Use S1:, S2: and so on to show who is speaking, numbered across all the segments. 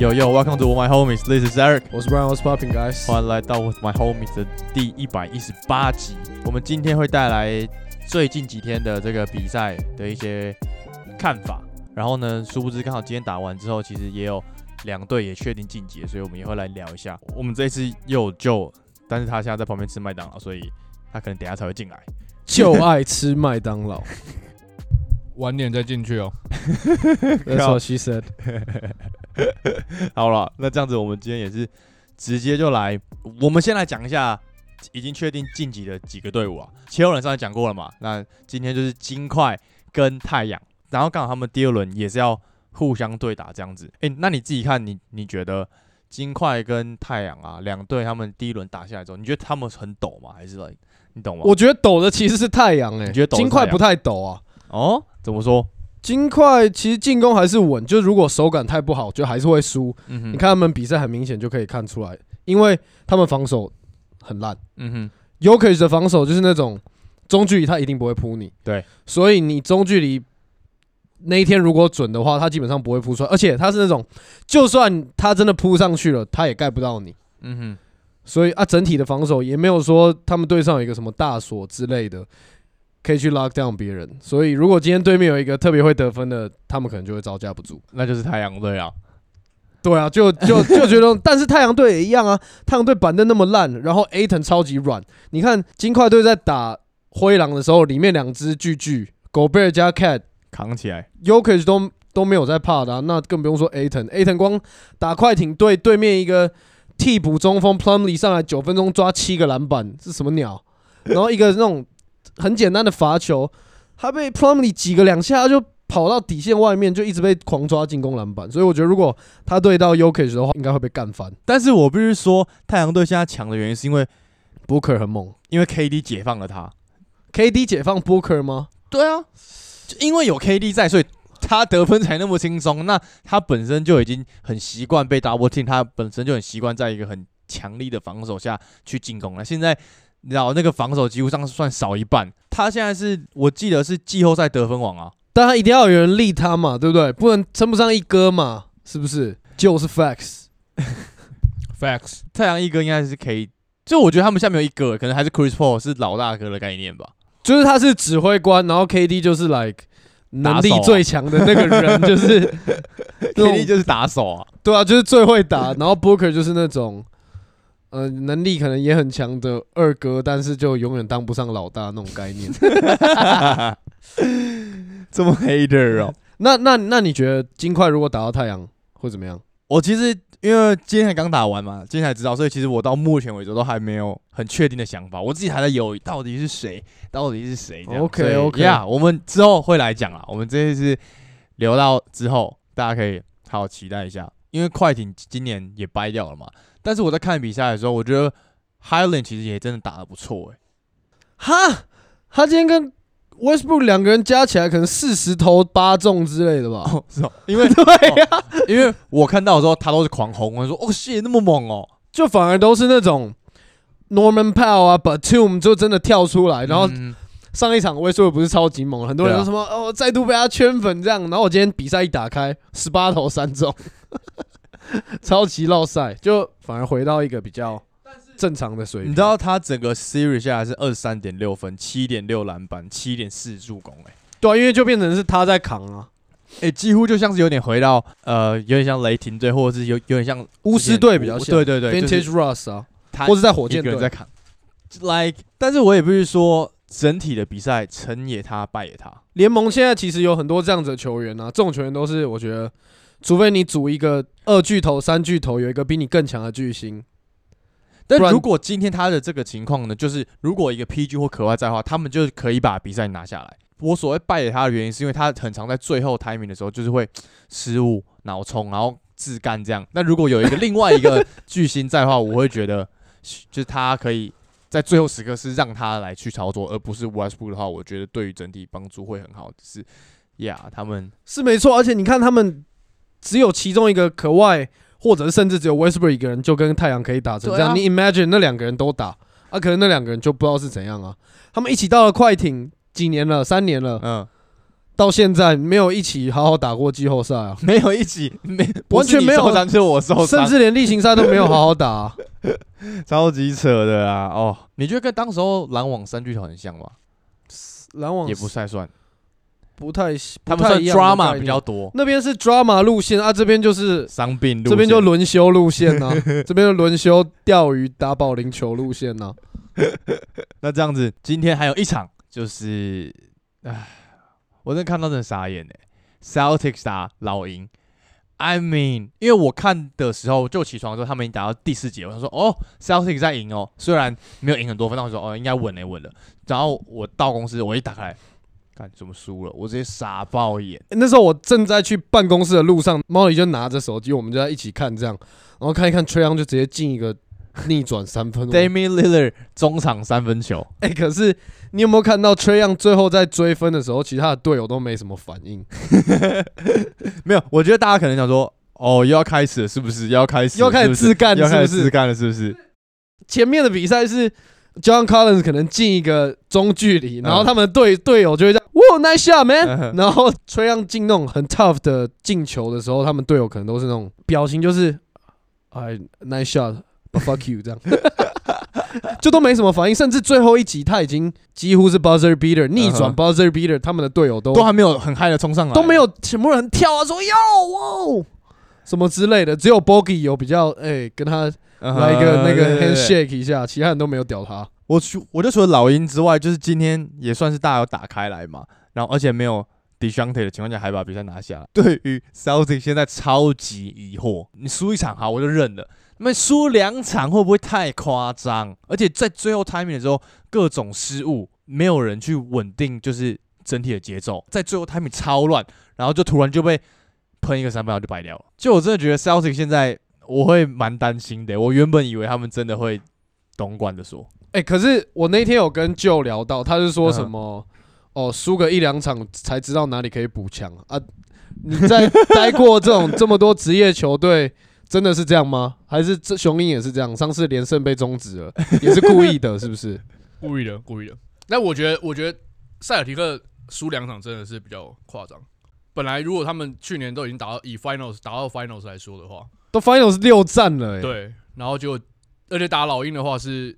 S1: Yo yo, welcome to my homies. This is Eric.
S2: 我是 Brian，我是 Popping Guys。
S1: 欢迎来到 With My Homies 的第一百一十八集。我们今天会带来最近几天的这个比赛的一些看法。然后呢，殊不知刚好今天打完之后，其实也有两队也确定晋级，所以我们也会来聊一下。我们这一次又有 Joe，但是他现在在旁边吃麦当劳，所以他可能等一下才会进来。
S2: 就爱吃麦当 劳。
S3: 晚点再进去哦。
S2: That's what she said。
S1: 好了，那这样子我们今天也是直接就来，我们先来讲一下已经确定晋级的几个队伍啊。前有人上来讲过了嘛，那今天就是金块跟太阳，然后刚好他们第二轮也是要互相对打这样子。诶、那你自己看你，你觉得金块跟太阳啊两队他们第一轮打下来之后，你觉得他们很抖吗？还是 like 你懂吗？
S2: 我觉得抖的其实是太阳诶、欸
S1: 你觉得抖的是
S2: 金块
S1: 太阳
S2: 不太抖啊？
S1: 哦，怎么说？
S2: 金块其实进攻还是稳，就如果手感太不好，就还是会输。
S1: 嗯哼
S2: 你，看他们比赛很明显就可以看出来，因为他们防守很烂。
S1: 嗯哼，
S2: y o k i c 的防守就是那种中距离他一定不会扑你，
S1: 对，
S2: 所以你中距离那一天如果准的话，他基本上不会扑出来，而且他是那种就算他真的扑上去了，他也盖不到你。
S1: 嗯哼。
S2: 所以啊，整体的防守也没有说他们队上有一个什么大锁之类的，可以去 lock down 别人。所以如果今天对面有一个特别会得分的，他们可能就会招架不住。
S1: 那就是太阳队啊，
S2: 对啊，就 就就觉得，但是太阳队也一样啊，太阳队板凳那么烂，然后 Aton 超级软。你看金块队在打灰狼的时候，里面两只巨巨狗贝尔加 Cat
S1: 扛起来。
S2: y o k i c 都都没有在怕的、啊，那更不用说 Aton。Aton 光打快艇队对面一个替补中锋 Plumlee 上来九分钟抓七个篮板，是什么鸟？然后一个那种很简单的罚球，他被 Plumlee 挤个两下他就跑到底线外面，就一直被狂抓进攻篮板。所以我觉得如果他对到 y o k i c 的话，应该会被干翻。
S1: 但是我必须说，太阳队现在强的原因是因为
S2: Booker 很猛
S1: 因为 KD 解放了他。
S2: ，KD 解放 Booker 吗？
S1: 对啊，就因为有 KD 在，所以他得分才那么轻松。那他本身就已经很习惯被 double team，他本身就很习惯在一个很强力的防守下去进攻了。现在你知道那个防守几乎上算少一半，他现在是我记得是季后赛得分王啊。
S2: 但他一定要有人立他嘛，对不对？不能称不上一哥嘛，是不是？就是 facts。
S3: Facts，
S1: 太阳一哥应该是 K，就我觉得他们下面有一个，可能还是 Chris Paul 是老大哥的概念吧。
S2: 就是他是指挥官，然后 KD 就是 like 能力
S1: 打手啊
S2: 最强的那个人，就是 那种
S1: KD 就是打手啊，
S2: 对啊，就是最会打。然后 Booker 就是那种呃能力可能也很强的二哥，但是就永远当不上老大那种概念。
S1: 这么 hater 哦。
S2: 那那那你觉得金块如果打到太阳会怎么样？
S1: 我其实因为今天才刚打完嘛，今天才知道，所以其实我到目前为止都还没有很确定的想法，我自己还在犹豫到底是谁，到底是谁这样。
S2: OK，
S1: 所以
S2: OK
S1: yeah，我们之后会来讲啊，我们这次留到之后，大家可以好好期待一下，因为快艇今年也掰掉了嘛。但是我在看比赛的时候，我觉得 Highland 其实也真的打得不错诶、欸
S2: 哈，他今天跟 Westbrook 两个人加起来可能四十投八中之类的吧？
S1: 哦，是哦， 因为对呀、因为我看到的时候他都是狂轰，我说哦，谢那么猛哦，
S2: 就反而都是那种 Norman Powell 啊，Batum 就真的跳出来，然后
S1: 嗯
S2: 上一场威斯布鲁克不是超级猛，很多人
S1: 对啊
S2: 说什么、哦，再度被他圈粉这样。然后我今天比赛一打开，十八投三中， 超级落赛，就反而回到一个比较正常的水平。
S1: 你知道他整个 series 下来是二十三点六分、七点六篮板、七点四助攻、欸，
S2: 对啊、因为就变成是他在扛啊，
S1: 哎、几乎就像是有点回到呃，有点像雷霆队，或者是有有点像
S2: 巫师队比较像
S1: 对对对，就是
S2: Vintage Russ 啊，
S1: 他
S2: 或是在火
S1: 一
S2: 箭
S1: 个人在
S2: 队。
S1: 扛。Like，但是我也不是说整体的比赛成也他，败也他。
S2: 联盟现在其实有很多这样子的球员啊，这种球员都是我觉得，除非你组一个二巨头、三巨头，有一个比你更强的巨星，
S1: 但
S2: 不然
S1: 如果今天他的这个情况呢，就是如果一个 PG 或可外在的话，他们就可以把比赛拿下来。我所谓败给他的原因，是因为他很常在最后 timing 的时候，就是会失误、脑冲，然后自干这样。那如果有一个另外一个巨星在的话，我会觉得就是他可以在最后时刻是让他来去操作，而不是 Westbrook 的话，我觉得对于整体帮助会很好。只是呀，他们
S2: 是没错，而且你看他们只有其中一个可外，或者甚至只有 Westbrook 一个人就跟太阳可以打成这样。
S1: 对
S2: 你 imagine 那两个人都打，啊，可能那两个人就不知道是怎样啊。他们一起到了快艇几年了，三年了，
S1: 嗯，
S2: 到现在没有一起好好打过季后赛啊，
S1: 没有一起，没
S2: 完全没有
S1: 不是你受伤，就是我受
S2: 甚
S1: 伤，
S2: 至连例行赛都没有好好打、啊。
S1: 超级扯的啊！哦，你觉得跟当时候篮网三巨头很像吗？
S2: 篮网
S1: 也不太算，
S2: 不太，
S1: 他
S2: 哦不
S1: 们
S2: 太
S1: 算
S2: 一样的概
S1: drama
S2: 念
S1: 比较多，
S2: 那边是 drama 路线啊，这边就是
S1: 伤病路
S2: 这
S1: 线
S2: 边就轮休路线呐、啊，这边就轮休钓鱼打保龄球路线呐、啊。
S1: 那这样子，今天还有一场，就是，唉，我真的看到真的傻眼哎、Celtics 打老鹰，I mean，因为我看的时候就起床之后，他们已经打到第四节，我想说哦，Celtics 在赢哦，虽然没有赢很多分，但我说哦应该稳了稳了。然后我到公司，我一打开，看怎么输了，我直接傻爆眼。
S2: 那时候我正在去办公室的路上，猫里就拿着手机，我们就在一起看这样，然后看一看崔杨就直接进一个逆转三分。哎、
S1: Damian Lillard 中场三分球，
S2: 欸可是你有没有看到崔杨最后在追分的时候，其他的队友都没什么反应，
S1: 没有，我觉得大家可能想说。哦，又要开始了，是不是？又要开始了，
S2: 又开始
S1: 是
S2: 自
S1: 不
S2: 干
S1: 是，又
S2: 是
S1: 开
S2: 不
S1: 始自
S2: 是？
S1: 干了，是不是？
S2: 前面的比赛是 John Collins 可能进一个中距离，然后他们的队队友就会在哇 nice shot man，
S1: 嗯
S2: 然后崔杨进那种很 tough 的进球的时候，他们队友可能都是那种表情，就是哎 nice shot。but fuck you，这样 就都没什么反应，甚至最后一集他已经几乎是 buzzer beater 逆转
S1: 嗯
S2: buzzer beater，他们的队友都
S1: 都还没有很嗨的冲上来，
S2: 都没有全部人跳啊，说哟哇哦什么之类的，只有 Bogey 有比较哎、跟他
S1: 嗯哼
S2: 来一个那
S1: 对对
S2: 个
S1: 对
S2: handshake 一下，其他人都没有屌他。
S1: 我除我就除了老鹰之外，就是今天也算是大家有打开来嘛，然后而且没有 d e s h a n t e 的情况下，还把比赛拿下来。 对于 Celtic 现在超级疑惑，你输一场好我就认了，那输两场会不会太夸张？而且在最后 timing 的时候，各种失误，没有人去稳定就是整体的节奏，在最后 timing 超乱，然后就突然就被喷一个三分，然后就白掉了。就我真的觉得 Celtic 现在我会蛮担心的，我原本以为他们真的会东冠的说。
S2: 哎、可是我那天有跟舅聊到，他是说什
S1: 嗯
S2: 么、哦，输个一两场才知道哪里可以补强啊？你在待过这种这么多职业球队，真的是这样吗？还是这雄鹰也是这样？上次连胜被终止了，也是故意的，是不是？
S3: 故意的，故意的。但我觉得，我觉得塞尔提克输两场真的是比较夸张。本来如果他们去年都已经打到以 finals 打到 finals 来说的话，
S2: 都 Finals 六战了、欸，，
S3: 对，然后就而且打老鹰的话是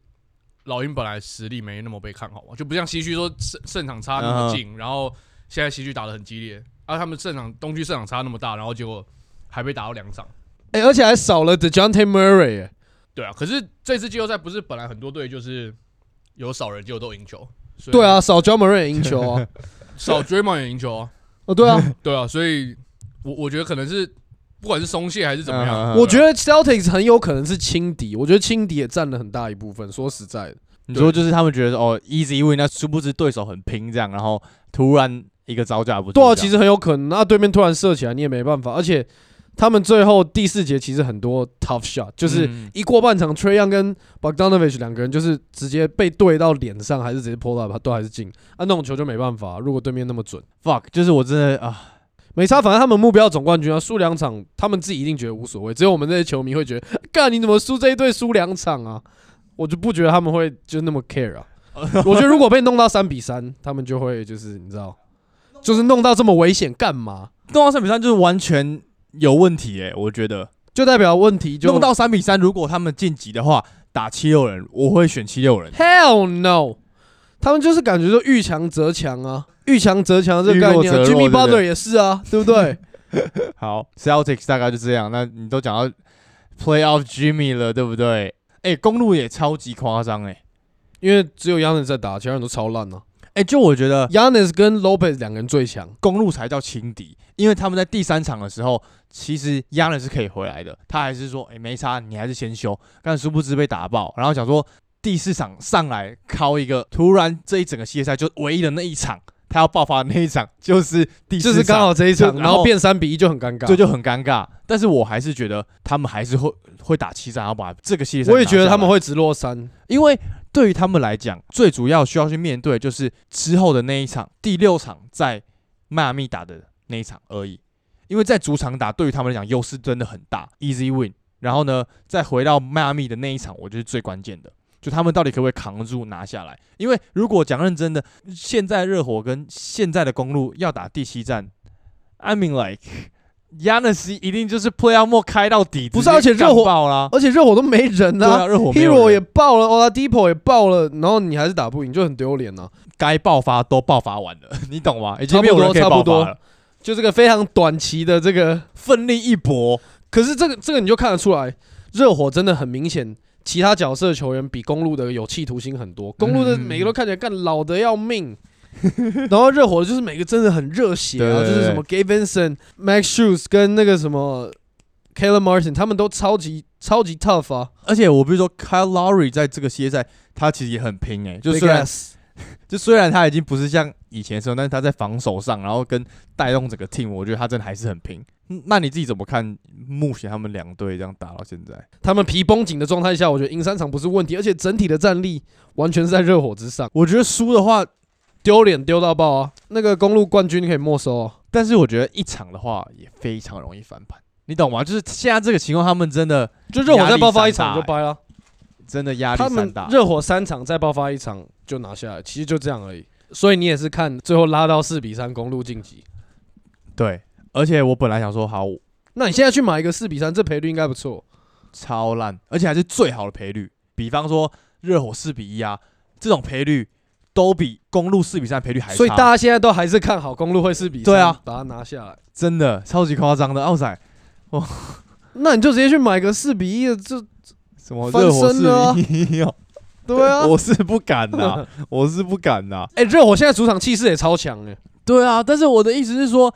S3: 老鹰本来实力没那么被看好嘛，就不像西区说胜胜场差那么
S2: 嗯
S3: 近，然后现在西区打得很激烈，啊，他们胜场东区胜场差那么大，然后结果还被打到两场。
S2: 哎、而且还少了 Dejounte Murray，、欸、
S3: 对啊，可是这次季后赛不是本来很多队就是有少人就都赢球，所以
S2: 对，啊，少 John Murray 也赢球啊，
S3: 少 Draymond 也赢球啊，
S2: 哦，对啊，
S3: 对啊，所以我我觉得可能是不管是松懈还是怎
S1: 嗯
S3: 么
S1: 嗯
S3: 样，
S1: 嗯
S2: 我觉得 Celtics 很有可能是轻敌，我觉得轻敌也占了很大一部分。说实在的，
S1: 你说就是他们觉得哦，easy win，那殊不知对手很拼这样，然后突然一个招架不住这
S2: 对
S1: 样。
S2: 啊，其实很有可能。那对面突然射起来，你也没办法。而且他们最后第四节其实很多 tough shot，就是
S1: 嗯
S2: 一过半场，Trey Young 跟 Bogdanovich 两个人就是直接被对到脸上，还是直接 pull up，都还是进。啊，那种球就没办法。如果对面那么准，
S1: fuck，就是我真的啊，
S2: 没差，反正他们目标总冠军啊，输两场，他们自己一定觉得无所谓。只有我们这些球迷会觉得，干你怎么输这一队输两场啊？我就不觉得他们会就那么 care 啊。我觉得如果被弄到三比三，他们就会就是你知道，就是弄到这么危险干嘛？
S1: 弄啊到三比三就是完全有问题诶、我觉得
S2: 就代表问题就
S1: 弄到三比三，如果他们晋级的话，打七六人，我会选七 六人。
S2: Hell no！他们就是感觉说遇强则强啊，遇强则强这个
S1: 遇弱
S2: 概念、啊、
S1: 则弱
S2: ，Jimmy
S1: 对不
S2: Butler
S1: 对
S2: 也 是啊，对不对？
S1: 好，Celtics 大概就这样。那你都讲到 playoff Jimmy 了，对不对？哎、公路也超级夸张哎
S2: 因为只有 Yanis 在打，其他人都超烂啊。
S1: 哎，欸就我觉得
S2: Yanis 跟 Lopez 两个人最强，
S1: 公路才叫轻敌，因为他们在第三场的时候，其实压人是可以回来的，他还是说，哎、没差，你还是先休，但殊不知被打爆，然后想说第四场上来敲一个，突然这一整个系列赛就唯一的那一场，他要爆发的那一场就是第四
S2: 就
S1: 场，
S2: 是刚好这一场，
S1: 就
S2: 然后变三比一就很尴尬
S1: 这。就很尴尬，但是我还是觉得他们还是会会打七战，然后把这个系列赛，
S2: 我也觉得他们。会直落三，
S1: 因为对于他们来讲，最主要需要去面对就是之后的那一场第六场在迈阿密打的那一场而已。因为在主场打，对于他们来讲优势真的很大，easy win。然后呢，再回到迈阿密的那一场，我觉得是最关键的。就他们到底可不可以扛得住拿下来？因为如果讲认真的，现在热火跟现在的公路要打第七战，I mean like。亚纳西一定就是 play out 末开到底，
S2: 不是而且
S1: 直接干
S2: 热火
S1: 爆啦，
S2: 而且热火都没人
S1: 对啊，
S2: 啊
S1: 热火没有
S2: ，Hero
S1: 人
S2: 也爆了 o l a d i p o 也爆了，然后你还是打不赢，就很丢脸呐。啊
S1: 该爆发都爆发完了， 你懂吗？已
S2: 差
S1: 经
S2: 不
S1: 没有人
S2: 多
S1: 可以
S2: 差不
S1: 爆
S2: 多
S1: 发了，
S2: 就这个非常短期的这个，
S1: 奋力一搏，
S2: 可是这个这个你就看得出来，热火真的很明显，其他角色球员比公路的有企图心很多，公路的
S3: 嗯
S2: 每个都看起来干老的要命。 然后热火就是每个真的很热血啊，
S1: 对对对
S2: 就是什么 Gabe Vincent、Max Shoes 跟那个什么 Caleb Martin，他们都超级超级 tough 啊
S1: 而且我比如说 Kyle Lowry 在这个系列赛，他其实也很拼诶、就
S2: Big
S1: 虽然
S2: ass
S1: 就虽然他已经不是像以前的时候，但是他在防守上，然后跟带动整个 team，我觉得他真的还是很拼。嗯那你自己怎么看目前他们两队这样打到现在？
S2: 他们皮绷紧的状态下，我觉得赢三场不是问题，而且整体的战力完全是在热火之上，
S1: 我觉得输的话，
S2: 丢脸丢到爆啊！那个公路冠军可以没收啊。
S1: 但是我觉得一场的话也非常容易翻盘，你懂吗？就是现在这个情况，他们真的
S2: 就热火再爆发一场就掰了，
S1: 真的压力
S2: 他
S1: 山
S2: 们
S1: 大。
S2: 热火三场再爆发一场就拿下来，其实就这样而已。所以你也是看最后拉到四比三公路晋级，
S1: 对，而且我本来想说好
S2: 那你现在去买一个四比三，这赔率应该不错。
S1: 超烂，而且还是最好的赔率。比方说热火四比一啊，这种赔率都比公路四比三赔率还差。
S2: 所以大家现在都还是看好公路会四比三，
S1: 对啊，
S2: 把它拿下来。
S1: 真的超级夸张的，奥仔
S2: 那你就直接去买个四比一的，这
S1: 什么
S2: 翻
S1: 热火
S2: 身了啊
S1: 四比一哦，
S2: 对啊。
S1: 我是不敢呐、我是不敢呐、
S2: 哎，热火现在主场气势也超强哎，
S1: 对啊，但是我的意思是说，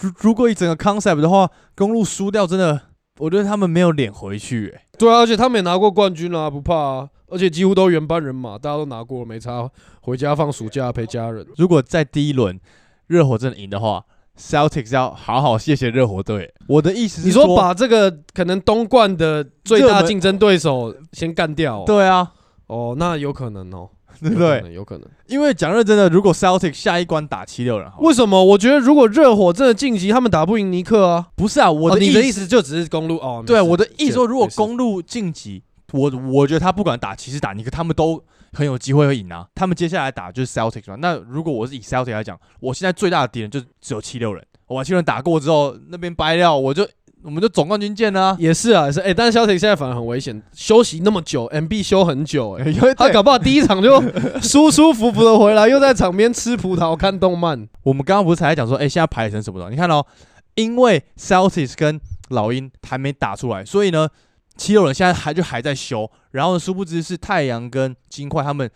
S1: 如如果以整个 concept 的话，公路输掉真的，我觉得他们没有脸回去、欸。
S2: 对啊，而且他们也拿过冠军啦、不怕啊，而且几乎都原班人马，大家都拿过了，没差，回家放暑假陪家人。
S1: 如果在第一轮热火真的赢的话，Celtics 要好好谢谢热火队。我的意思是
S2: 你说把这个可能东冠的最
S1: 热
S2: 大
S1: 门
S2: 竞争对手先干掉哦、
S1: 对啊，
S2: 哦，那有可能哦，
S1: 对不对？
S2: 有可能，有可能。
S1: 因为讲认真的，如果 Celtic 下一关打七六人好了，
S2: 为什么？我觉得如果热火真的晋级，他们打不赢尼克啊。
S1: 不是啊，我
S2: 哦
S1: 的
S2: 你
S1: 意
S2: 的意思就只是公路哦？
S1: 对啊
S2: 没事
S1: 我的意思说，
S2: 是
S1: 如果
S2: 没事
S1: 公路晋级，我我觉得他不管打骑士打尼克，他们都很有机会会赢啊。他们接下来打就是 Celtic 嘛。那如果我是以 Celtic 来讲，我现在最大的敌人就只有七六人。我把七六人打过之后，那边掰掉，我就我们就总冠军见啦、
S2: 也是啊，也是哎、但是肖廷现在反而很危险，休息那么久，MB 休很久 哎、
S1: 因为
S2: 他
S1: 对
S2: 搞不好第一场就舒舒服服的回来，又在场边吃葡萄看动漫。
S1: 我们刚刚不是才在讲说，哎、现在排成什么了？你看哦，因为 Celtics 跟老鹰还没打出来，所以呢，七六人现在还就还在休。然后呢，殊不知是太阳跟金块他们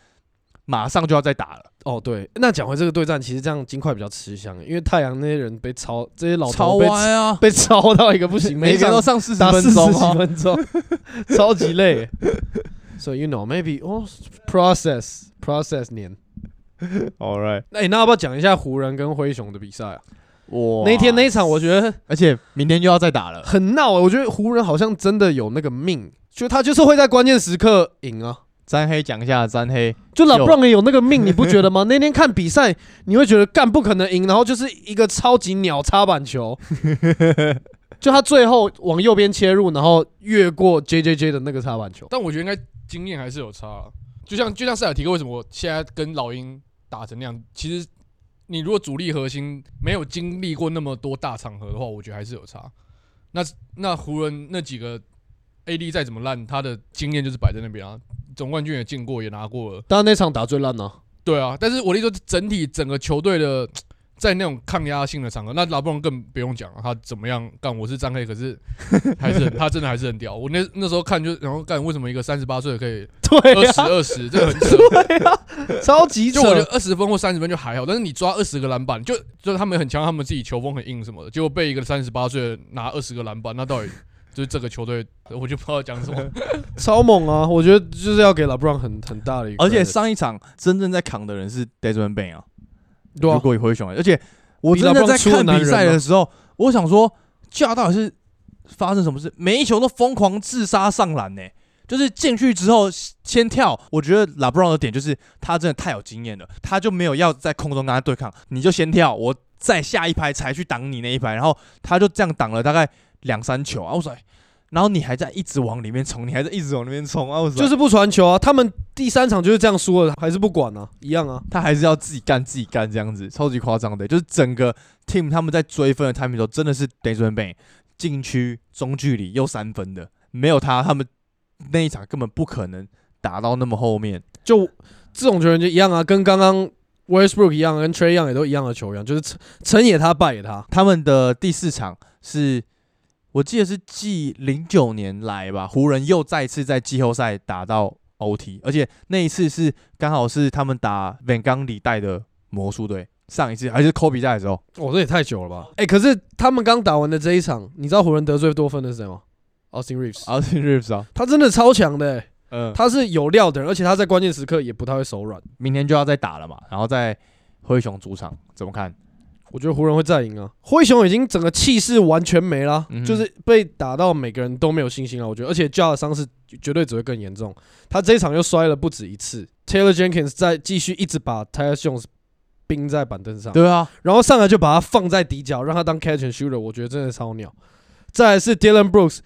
S1: 马上就要再打了，
S2: 哦，对，那讲回这个对战，其实这样金块比较吃香，因为太阳那些人被超，这些老
S1: 超
S2: 头被
S1: 歪啊！
S2: 被超到一个不行，
S1: 每
S2: 每
S1: 个
S2: 场
S1: 都上四十
S2: 打
S1: 分
S2: 四十
S1: 钟
S2: 几
S1: 哦。
S2: 分钟， 超级累。So you know maybe 哦、process process 年。
S1: All right，
S2: 哎、那要不要讲一下湖人跟灰熊的比赛啊？
S1: 哇
S2: 那一天那一场，我觉得
S1: 而且明天又要再打了，
S2: 很闹、啊。我觉得湖人好像真的有那个命，就他就是会在关键时刻赢啊。
S1: 詹黑讲一下，詹黑
S2: 就老
S1: 有
S2: 布朗也有那个命，你不觉得 吗？那天看比赛，你会觉得干不可能赢，然后就是一个超级鸟插板球，就他最后往右边切入，然后越过 J J J 的那个插板球。
S3: 但我觉得应该经验还是有差啊、就像就像塞尔提克，为什么我现在跟老鹰打成那样？其实你如果主力核心没有经历过那么多大场合的话，我觉得还是有差。那那湖人那几个 AD 再怎么烂，他的经验就是摆在那边啊，总冠军也进过，也拿过了。
S2: 当然那场打最烂呢、
S3: 对啊，但是我的意思说，整体整个球队的在那种抗压性的场合，那拉布隆更不用讲了，他怎么样干？我是张黑，可是还是很他真的还是很屌。我那那时候看就然后干，为什么一个三十八岁的可以
S2: 对
S3: 二十
S2: 啊，
S3: 二十，这个很扯。
S2: 超级扯
S3: 就。我觉得二十分或三十分就还好，但是你抓二十个篮板，就就他们很强，他们自己球风很硬什么的，结果被一个三十八岁的拿二十个篮板，那到底 就是这个球队，我就不知道讲什么。
S2: 超猛啊！我觉得就是要给 LeBron 很很大的一个，
S1: 而且上一场真正在扛的人是 Desmond Bain 啊，
S2: 对啊
S1: 如果以灰熊来，而且我
S2: 比
S1: 真的
S2: LeBron
S1: 在
S2: 输的
S1: 看
S2: 男
S1: 比
S2: 人
S1: 赛
S2: 吗
S1: 的时候，我想说，架到底是发生什么事？每一球都疯狂自杀上篮呢、就是进去之后先跳，我觉得 LeBron 的点就是他真的太有经验了，他就没有要在空中跟他对抗，你就先跳，我再下一排才去挡你那一排，然后他就这样挡了大概两三球啊，我说哎然后你还在一直往里面冲，你还在一直往里面冲啊！为什么
S2: 就是不传球啊。他们第三场就是这样输了，还是不管啊，一样啊。
S1: 他还是要自己干自己干这样子，超级夸张的。就是整个 team 他们在追分的 timing 的时候，真的是 d a s o n Bay 禁区中距离又三分的，没有他，他们那一场根本不可能打到那么后面。
S2: 就这种球员就一样啊，跟刚刚 Westbrook 一样，跟 Trey Young 也都一样的球员，就是成成也他，败也他。
S1: 他们的第四场是，我记得是继零九年来吧，湖人又再次在季后赛打到 OT，而且那一次是刚好是他们打 Van 刚里带的魔术队，上一次还是 Kobe 在的时候。
S2: 哦，这也太久了吧？哎、可是他们刚打完的这一场，你知道湖人得最多分的是谁吗？Austin Reeves，、
S1: Austin Reeves 啊，
S2: 他真的超强的欸、
S1: 嗯，
S2: 他是有料的人，而且他在关键时刻也不太会手软。
S1: 明天就要再打了嘛，然后在灰熊主场怎么看？
S2: 我觉得湖人会再赢啊！灰熊已经整个气势完全没啦，
S1: 嗯哼
S2: 就是被打到每个人都没有信心啊了。我觉得，而且 j a 的伤势绝对只会更严重。他这一场又摔了不止一次。Taylor Jenkins 在继续一直把 Tyus Jones 冰在板凳上，
S1: 对啊，
S2: 然后上来就把他放在底角，让他当 catch and shooter。我觉得真的超鸟。再来是 Dylan Brooks，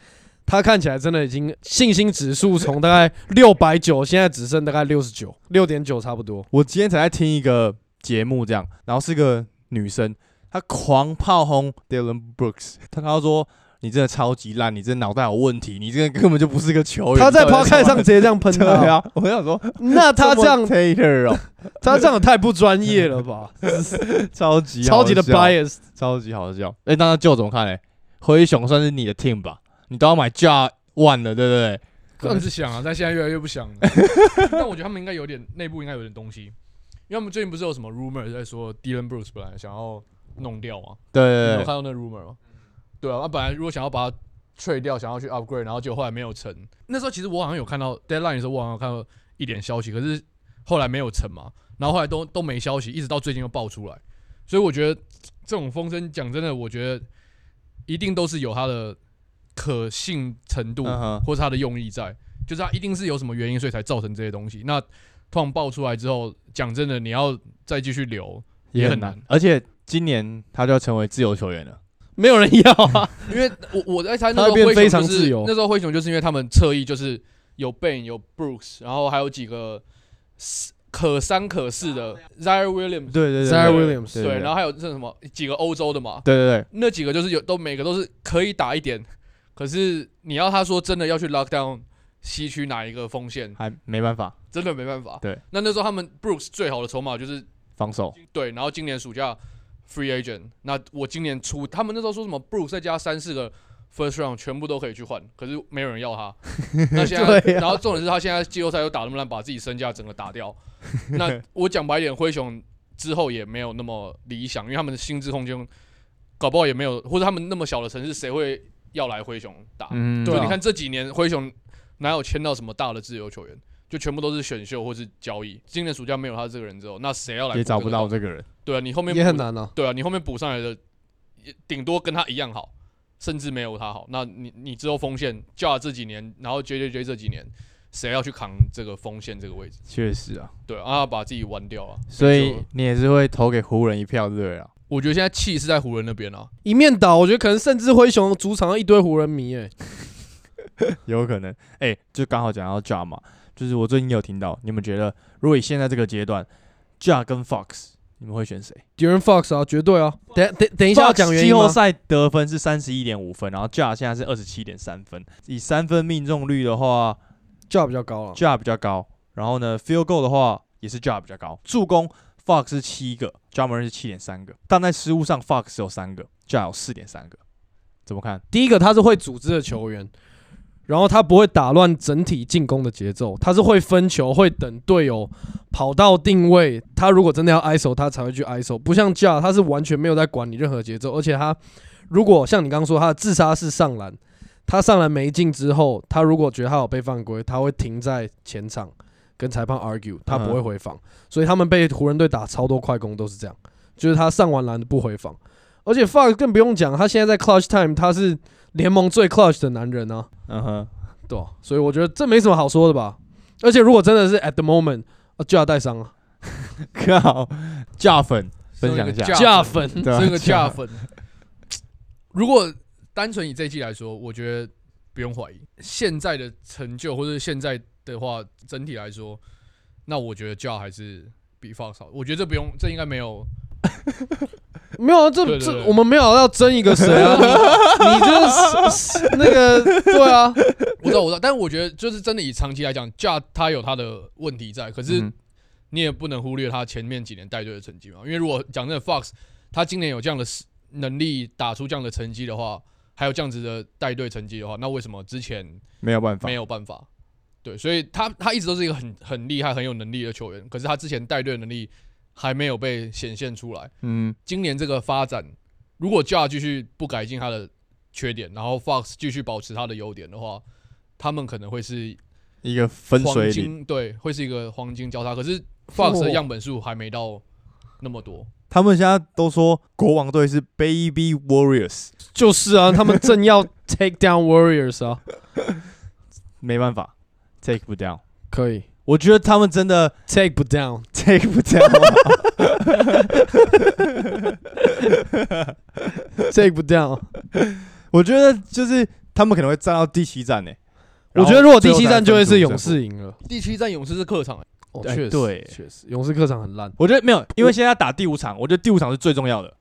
S2: 他看起来真的已经信心指数从大 概六百九，现在只剩大概六十九，六点九差不多。
S1: 我今天才在听一个节目，这样，然后是个女生，她狂炮轰 Dylan Brooks，她她说你真的超级烂，你这脑袋有问题，你这个根本就不是个球员。
S2: 他在
S1: 你到底
S2: podcast
S1: 干
S2: 上直
S1: 嘛
S2: 接这样喷他，
S1: 对啊，我想说
S2: 那他这样
S1: Tater 哦，
S2: 他这样也太不专业了 吧？
S1: 超级
S2: 超级的
S1: 好笑
S2: bias，
S1: 超级好笑。哎、那就怎么看嘞？灰熊算是你的 team 吧，你都要买 Ja One 了，对不对？
S3: 个人是想啊，但现在越来越 不想了。但我觉得他们应该有点内部应该有点东西，因为他们最近不是有什么 rumor 在说 Dylan Bruce 本来想要弄掉嘛，
S1: 对
S3: 你
S1: 对
S3: 有
S1: 对
S3: 看到那 rumor 吗？对啊，他本来如果想要把它 trade 掉，想要去 upgrade，然后结果后来没有成。那时候其实我好像有看到 deadline 的时候，我好像有看到一点消息，可是后来没有成嘛，然后后来都都没消息，一直到最近又爆出来。所以我觉得这种风声，讲真的，我觉得一定都是有它的可信程度，
S1: 嗯哼
S3: 或是它的用意在，就是它一定是有什么原因，所以才造成这些东西。那突然爆出来之后，讲真的，你要再继续留，
S1: 也
S3: 也
S1: 很
S3: 很
S1: 难
S3: 难。
S1: 而且今年他就要成为自由球员了。
S2: 没有人 要啊。
S3: 因为我我在猜那
S2: 他会
S3: 时候
S2: 变
S3: 灰熊
S2: 非常
S3: 就是
S2: 自由
S3: 那时候灰熊就是因为他们侧翼就是有 Bain 有 Brooks，然后还有几个可三可四的 Zaire Williams，
S1: 对对
S2: Zaire
S1: 对
S2: Williams，
S1: 对
S3: 对，然后还有这什么几个欧洲的嘛，
S1: 对对对，
S3: 那几个就是有都每个都是可以打一点，可是你要他说真的要去 lock down 西区哪一个锋线，
S1: 还没办法
S3: 真的没办法。
S1: 对，
S3: 那那时候他们 Brooks 最好的筹码就是
S1: 防守，
S2: 啊
S3: 对，然后今年暑假 free agent，那我今年出，他们那时候说什么 Brooks 再加三四个 first round 全部都可以去换，可是没有人要 他。那现在，
S2: 对啊
S3: 然后重点是他现在季后赛又打那么烂，把自己身价整个打 掉。那我讲白一点，灰熊之后也没有那么理想，因为他们的薪资空间搞不好也没有，或者他们那么小的城市，谁会要来灰熊打？
S1: 嗯，
S3: 就
S2: 对啊
S3: 你看这几年灰熊哪有签到什么大的自由球员，就全部都是选秀或是交易。今年暑假没有他这个人之后，那谁要来
S1: 也
S3: 补
S1: 找
S3: 这
S1: 不
S3: 个
S1: 到
S3: 洞
S1: 这个人。
S3: 对啊，你后面
S2: 也
S3: 补
S2: 很。难啊。
S3: 对啊，你后面补上来的，也顶多跟他一样好，甚至没有他好。那你你之后锋线叫他这几年，然后 J J J 这几年，谁要去扛这个锋线这个位置？
S1: 确实啊，
S3: 对啊，啊把自己玩掉啊。
S1: 所以
S3: 就
S1: 你也是会投给湖人一票，对不对啊？
S3: 我觉得现在气是在湖人那边啊，
S2: 一面倒，我觉得可能甚至灰熊主场一堆湖人迷，哎，
S1: 有可能，哎、就刚好讲到 Ja 嘛，就是我最近有听到，你们觉得如果以现在这个阶段，Ja 跟 Fox，你们会选谁？
S2: d a r n Fox 啊，绝对啊。等等等一
S1: 一
S2: 下要讲原
S1: 季
S2: 因
S1: 后
S2: 吗？
S1: 赛得分是三十一点五分，然后 Ja 现在是二十七点三分，以三分命中率的话，
S2: 价比较高了。
S1: Ja 比较高，然后呢，field goal 的话也是 Ja 比较高，助攻 Fox 是七个，Ja m o r 是七点三个，但在失误上 Fox 有三个，Ja 有四点三个，怎么看？
S2: 第一个他是会组织的球员，然后他不会打乱整体进攻的节奏，他是会分球，会等队友跑到定位，他如果真的要 ISO，他才会去 ISO，不像 j a 他是完全没有在管你任何节奏，而且他如果像你刚刚说他的自杀式上篮，他上篮没进之后，他如果觉得他有被犯规，他会停在前场跟裁判 argue，他不会回防，所以他们被湖人队打超多快攻都是这样，就是他上完篮不回防。而且 Fox 更不用讲，他现在在 clutch time，他是联盟最 clutch 的男人啊，
S1: 嗯哼，
S2: 对啊所以我觉得这没什么好说的吧。而且如果真的是 at the moment，、啊、就要带伤啊，
S1: 靠，Ja 粉分享一下
S3: 身为一个
S2: 加
S3: 架
S2: 粉。
S1: 对啊
S3: 这个
S1: Ja
S3: 架分。如果单纯以这一季来说，我觉得不用怀疑。现在的成就或者现在的话，整体来说，那我觉得 j 还是比 Fox 好。我觉得这不用，这应该没有。
S2: 没有啊，这
S3: 对对
S2: 这
S3: 对
S2: 我们没有要争一个谁啊，你你这是是那个对啊，
S3: 我知道，我知道，但我觉得就是真的以长期来讲 j 他有他的问题在，可是
S1: 嗯
S3: 你也不能忽略他前面几年带队的成绩嘛。因为如果讲真的，Fox 他今年有这样的实能力打出这样的成绩的话，还有这样子的带队成绩的话，那为什么之前
S1: 没有办法
S3: 没，有办法？对，所以他他一直都是一个很很厉害、很有能力的球员，可是他之前带队的能力还没有被显现出来。
S1: 嗯，
S3: 今年这个发展，如果 j a 继续不改进他的缺点，然后 Fox 继续保持他的优点的话，他们可能会是
S1: 一个分
S3: 黄
S1: 水岭。
S3: 金，对，会是一个黄金交叉。可是 Fox 的
S2: 哦
S3: 样本数还没到那么多，
S1: 他们现在都说国王队是 Baby Warriors，
S2: 就是啊，他们正要 take down Warriors 啊，
S1: 没办法，take 不 down。
S2: 可以
S1: 我觉得他们真的
S2: take 不 down，
S1: take 不啊 down，
S2: take 不 down。
S1: 我觉得就是他们可能会站到第七站呢、
S2: 我
S1: 然后
S2: 觉得如果第
S1: 最
S2: 七
S1: 后才
S2: 站就会
S1: 分
S2: 是
S1: 出
S2: 勇
S1: 胜负。
S2: 士赢了，
S3: 第七站勇士是客场、欸
S2: 哦，
S1: 哎
S2: 确实，
S1: 对
S2: 确实，勇士客场很烂。
S1: 我觉得没有，因为现在打第五场，我觉得第五场是最重要的，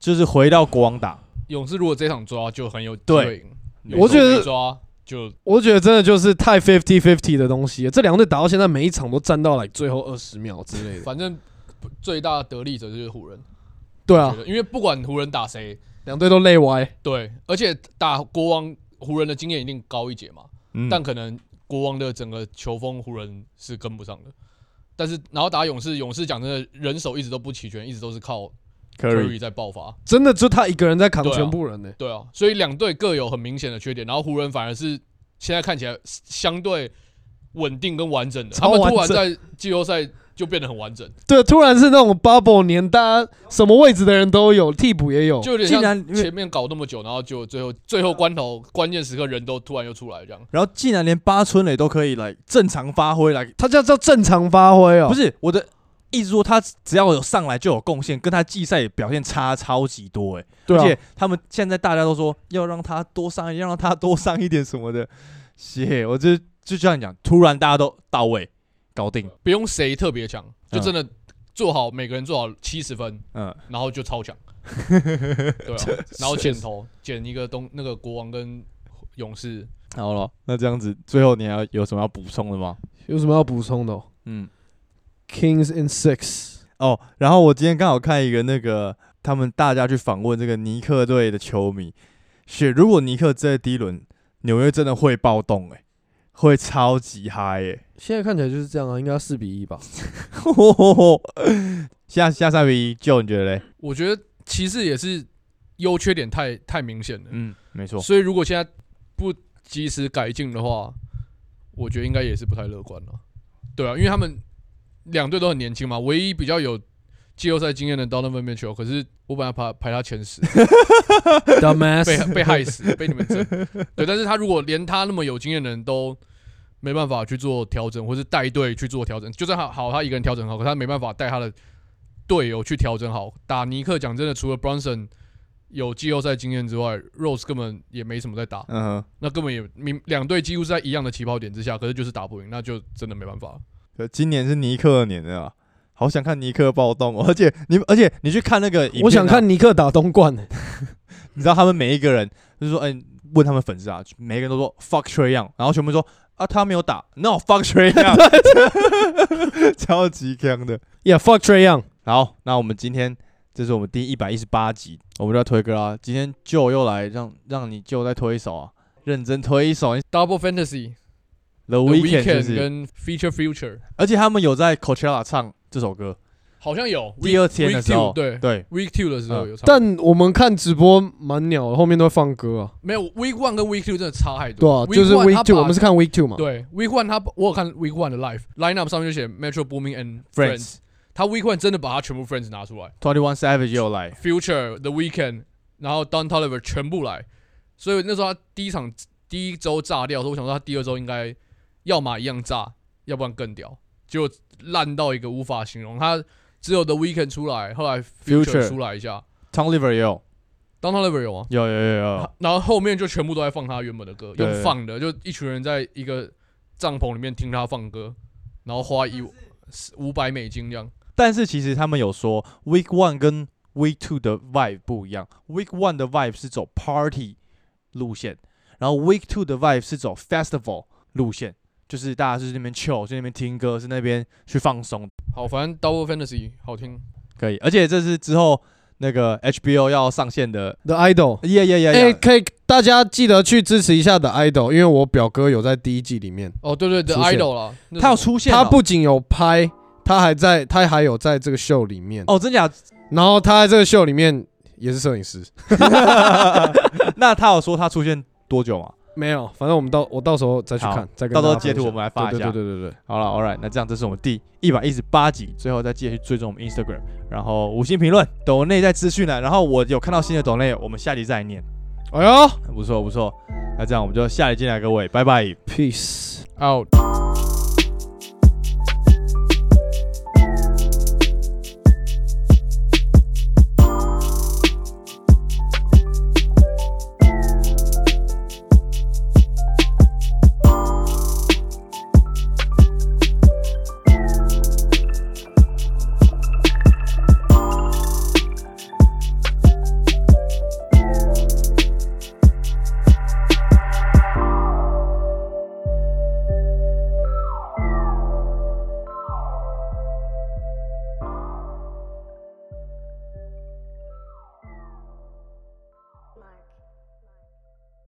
S1: 就是回到国王打。
S3: 勇士如果这场抓就很有机会赢，
S1: 对
S2: 我觉得
S3: 勇士没抓就
S2: 我觉得真的就是太 fifty fifty 的东西了，这两队打到现在每一场都站到来最后二十秒之 类的。
S3: 反正最大的得利者就是湖人，
S2: 对
S3: 我
S2: 啊
S3: 觉，得因为不管湖人打谁，
S2: 两队都累歪。
S3: 对，而且打国王湖人的经验一定高一截嘛，
S1: 嗯，
S3: 但可能国王的整个球风湖人是跟不上的。但是，然后打勇士，勇士讲真的，人手一直都不齐全，一直都是靠
S1: Curry
S3: Curry 在爆发。
S2: 真的就他一个人在扛
S3: 对啊
S2: 全部人呢、
S3: 对啊，所以两队各有很明显的缺点，然后湖人反而是现在看起来相对稳定跟完整的，他
S2: 超
S3: 们
S2: 完整哦
S3: 突然在季后赛就变得很完整，
S2: 对，啊突然是那种 bubble 年，大家什么位置的人都有，替补也有。
S3: 就有点
S1: 竟然因
S3: 像
S1: 为
S3: 前面搞那么久，然后就最后最后关头关键时刻人都突然又出来这样。
S1: 然后竟然连八村垒都可以来正常发挥来，
S2: 他叫叫正常发挥哦，
S1: 不是我的意思说他只要有上来就有贡献，跟他季赛表现差超级多哎、
S2: 对
S1: 而
S2: 啊
S1: 且，他们现在大家都说要让他多上一点，要让他多上一点什么的。 谢，我就就这样讲，突然大家都到位，搞定。
S3: 不用谁特别强，就真的做好每个人做好七十分，
S1: 嗯，
S3: 然后 就超强。对啊，然后剪头剪一个东那个国王跟勇士，
S1: 好了，那这样子最后你还要有什么要补充的吗？
S2: 有什么要补充的、哦、
S1: 嗯，
S2: ？Kings in six，
S1: 哦，然后我今天刚好看一个那个他们大家去访问这个尼克队的球迷，是如果尼克在第一轮纽约真的会暴动哎、会超级嗨哎、
S2: 现在看起来就是这样啊，应该四比一吧。
S1: 下下三比一，就你觉得嘞？
S3: 我觉得骑士也是优缺点太太明显了。
S1: 嗯，没错。
S3: 所以如果现在不及时改进的话，我觉得应该也是不太乐观了。对啊，因为他们两队都很年轻嘛，唯一比较有季后赛经验的 Donovan Mitchell，可是我本来排排他前十， 被
S2: Dumbass，
S3: 被害死，被你们整。对，但是他如果连他那么有经验的人都没办法去做调整，或是带队去做调整，就算他好，他一个人调整好，可他没办法带他的队友去调整好。打尼克讲真的，除了 Bronson 有季后赛经验之外，Rose 根本也没什么在打。
S1: 嗯哼。
S3: 那根本也明两队几乎是在一样的起跑点之下，可是就是打不赢，那就真的没办法。
S1: 可今年是尼克的年了啊，好想看尼克暴动、哦，而且你而且你去看那个影片啊
S2: 我想看，尼克打东冠、欸，
S1: 你知道他们每一个人就是说，哎、问他们粉丝啊，每一个人都说 fuck Trey Young，然后全部说啊他没有打，no fuck Trey Young，超 级强的。
S2: Yeah，fuck Trey Young。
S1: 好，那我们今天这是我们第一百一十八集，我们就要推歌啦。今天舅又来让让你舅再推一首啊，认真推一首
S3: Double Fantasy、
S1: The
S3: The
S1: Weeknd，就
S3: Weekend
S1: 是，
S3: 跟 Feature Future
S1: 而且他们有在 Coachella 唱这首歌，
S3: 好像有
S1: 第二天的
S3: Week
S1: 时候
S3: Two，对
S1: 对，
S3: Week Two 的时候
S1: 嗯
S3: 有差，
S2: 但我们看直播蛮鸟的，后面都会放歌啊。
S3: 没有 Week One 跟 Week Two 真的差太
S2: 对
S3: 多。
S2: 啊，就是
S3: One 他
S2: Week Two，
S3: 把
S2: 我们是看 Week Two 嘛。
S3: 对 Week One 他我有看 Week One 的 Live lineup 上面就写 Metro Booming and Friends，
S1: Friends
S3: 他 Week One 真的把他全部 Friends 拿出来
S1: Twenty One Savage 又来。
S3: ，Future、The Weekend，然后 Don Toliver 全部来，所以那时候他第一场第一周炸掉，所以我想说他第二周应该要么一样炸，要不然更屌，结果烂到一个无法形容。他只有 The Weekend 出来，后来
S1: Future
S3: Future 出来一下，
S1: Tom Liver 也有
S3: Downtown Liver 有啊，
S1: 有有有有，
S3: 然后后面就全部都在放他原本的歌，
S1: 对
S3: 用放的，就一群人在一个帐篷里面听他放歌，然后花一五百美金这样。
S1: 但是其实他们有说 Week One 跟 Week Two 的 vibe 不一样，Week One 的 vibe 是走 party 路线，然后 Week Two 的 vibe 是走 festival 路线，就是大家是那边 chill，去那边听歌，是那边去放松，
S3: 好，反正 Double Fantasy 好听，
S1: 可以。而且这是之后那个 HBO 要上线的，
S2: The Idol。
S1: 耶耶耶
S2: 哎、
S1: 耶，
S2: 可以，大家记得去支持一下 The Idol，因为我表哥有在第一季里面，
S3: 哦，对对对
S2: 出现
S3: ，Idol 啦，那
S1: 他有
S3: 什么
S1: 出现哦、
S2: 他不仅有拍，他还在，他还有在这个秀里面，
S1: 哦，真假？
S2: 然后他在这个秀里面也是摄影师。
S1: 那他有说他出现多久吗？
S2: 没有，反正我们到我到时候再去
S1: 好
S2: 看，再跟
S1: 到时候
S2: 大家
S1: 截图
S2: 分
S1: 我
S2: 享
S1: 们来发一
S2: 对
S1: 下。
S2: 对对对对，
S1: 好了，All right，那这样这是我们第一百一十八集，最后再记得去追踪我们 Instagram，然后五星评论，抖内在资讯栏，然后我有看到新的抖内，我们下集再念，
S2: 哎呦
S1: 不错不错，那这样我们就下集见啦，各位，拜拜。
S2: ，peace。
S3: out。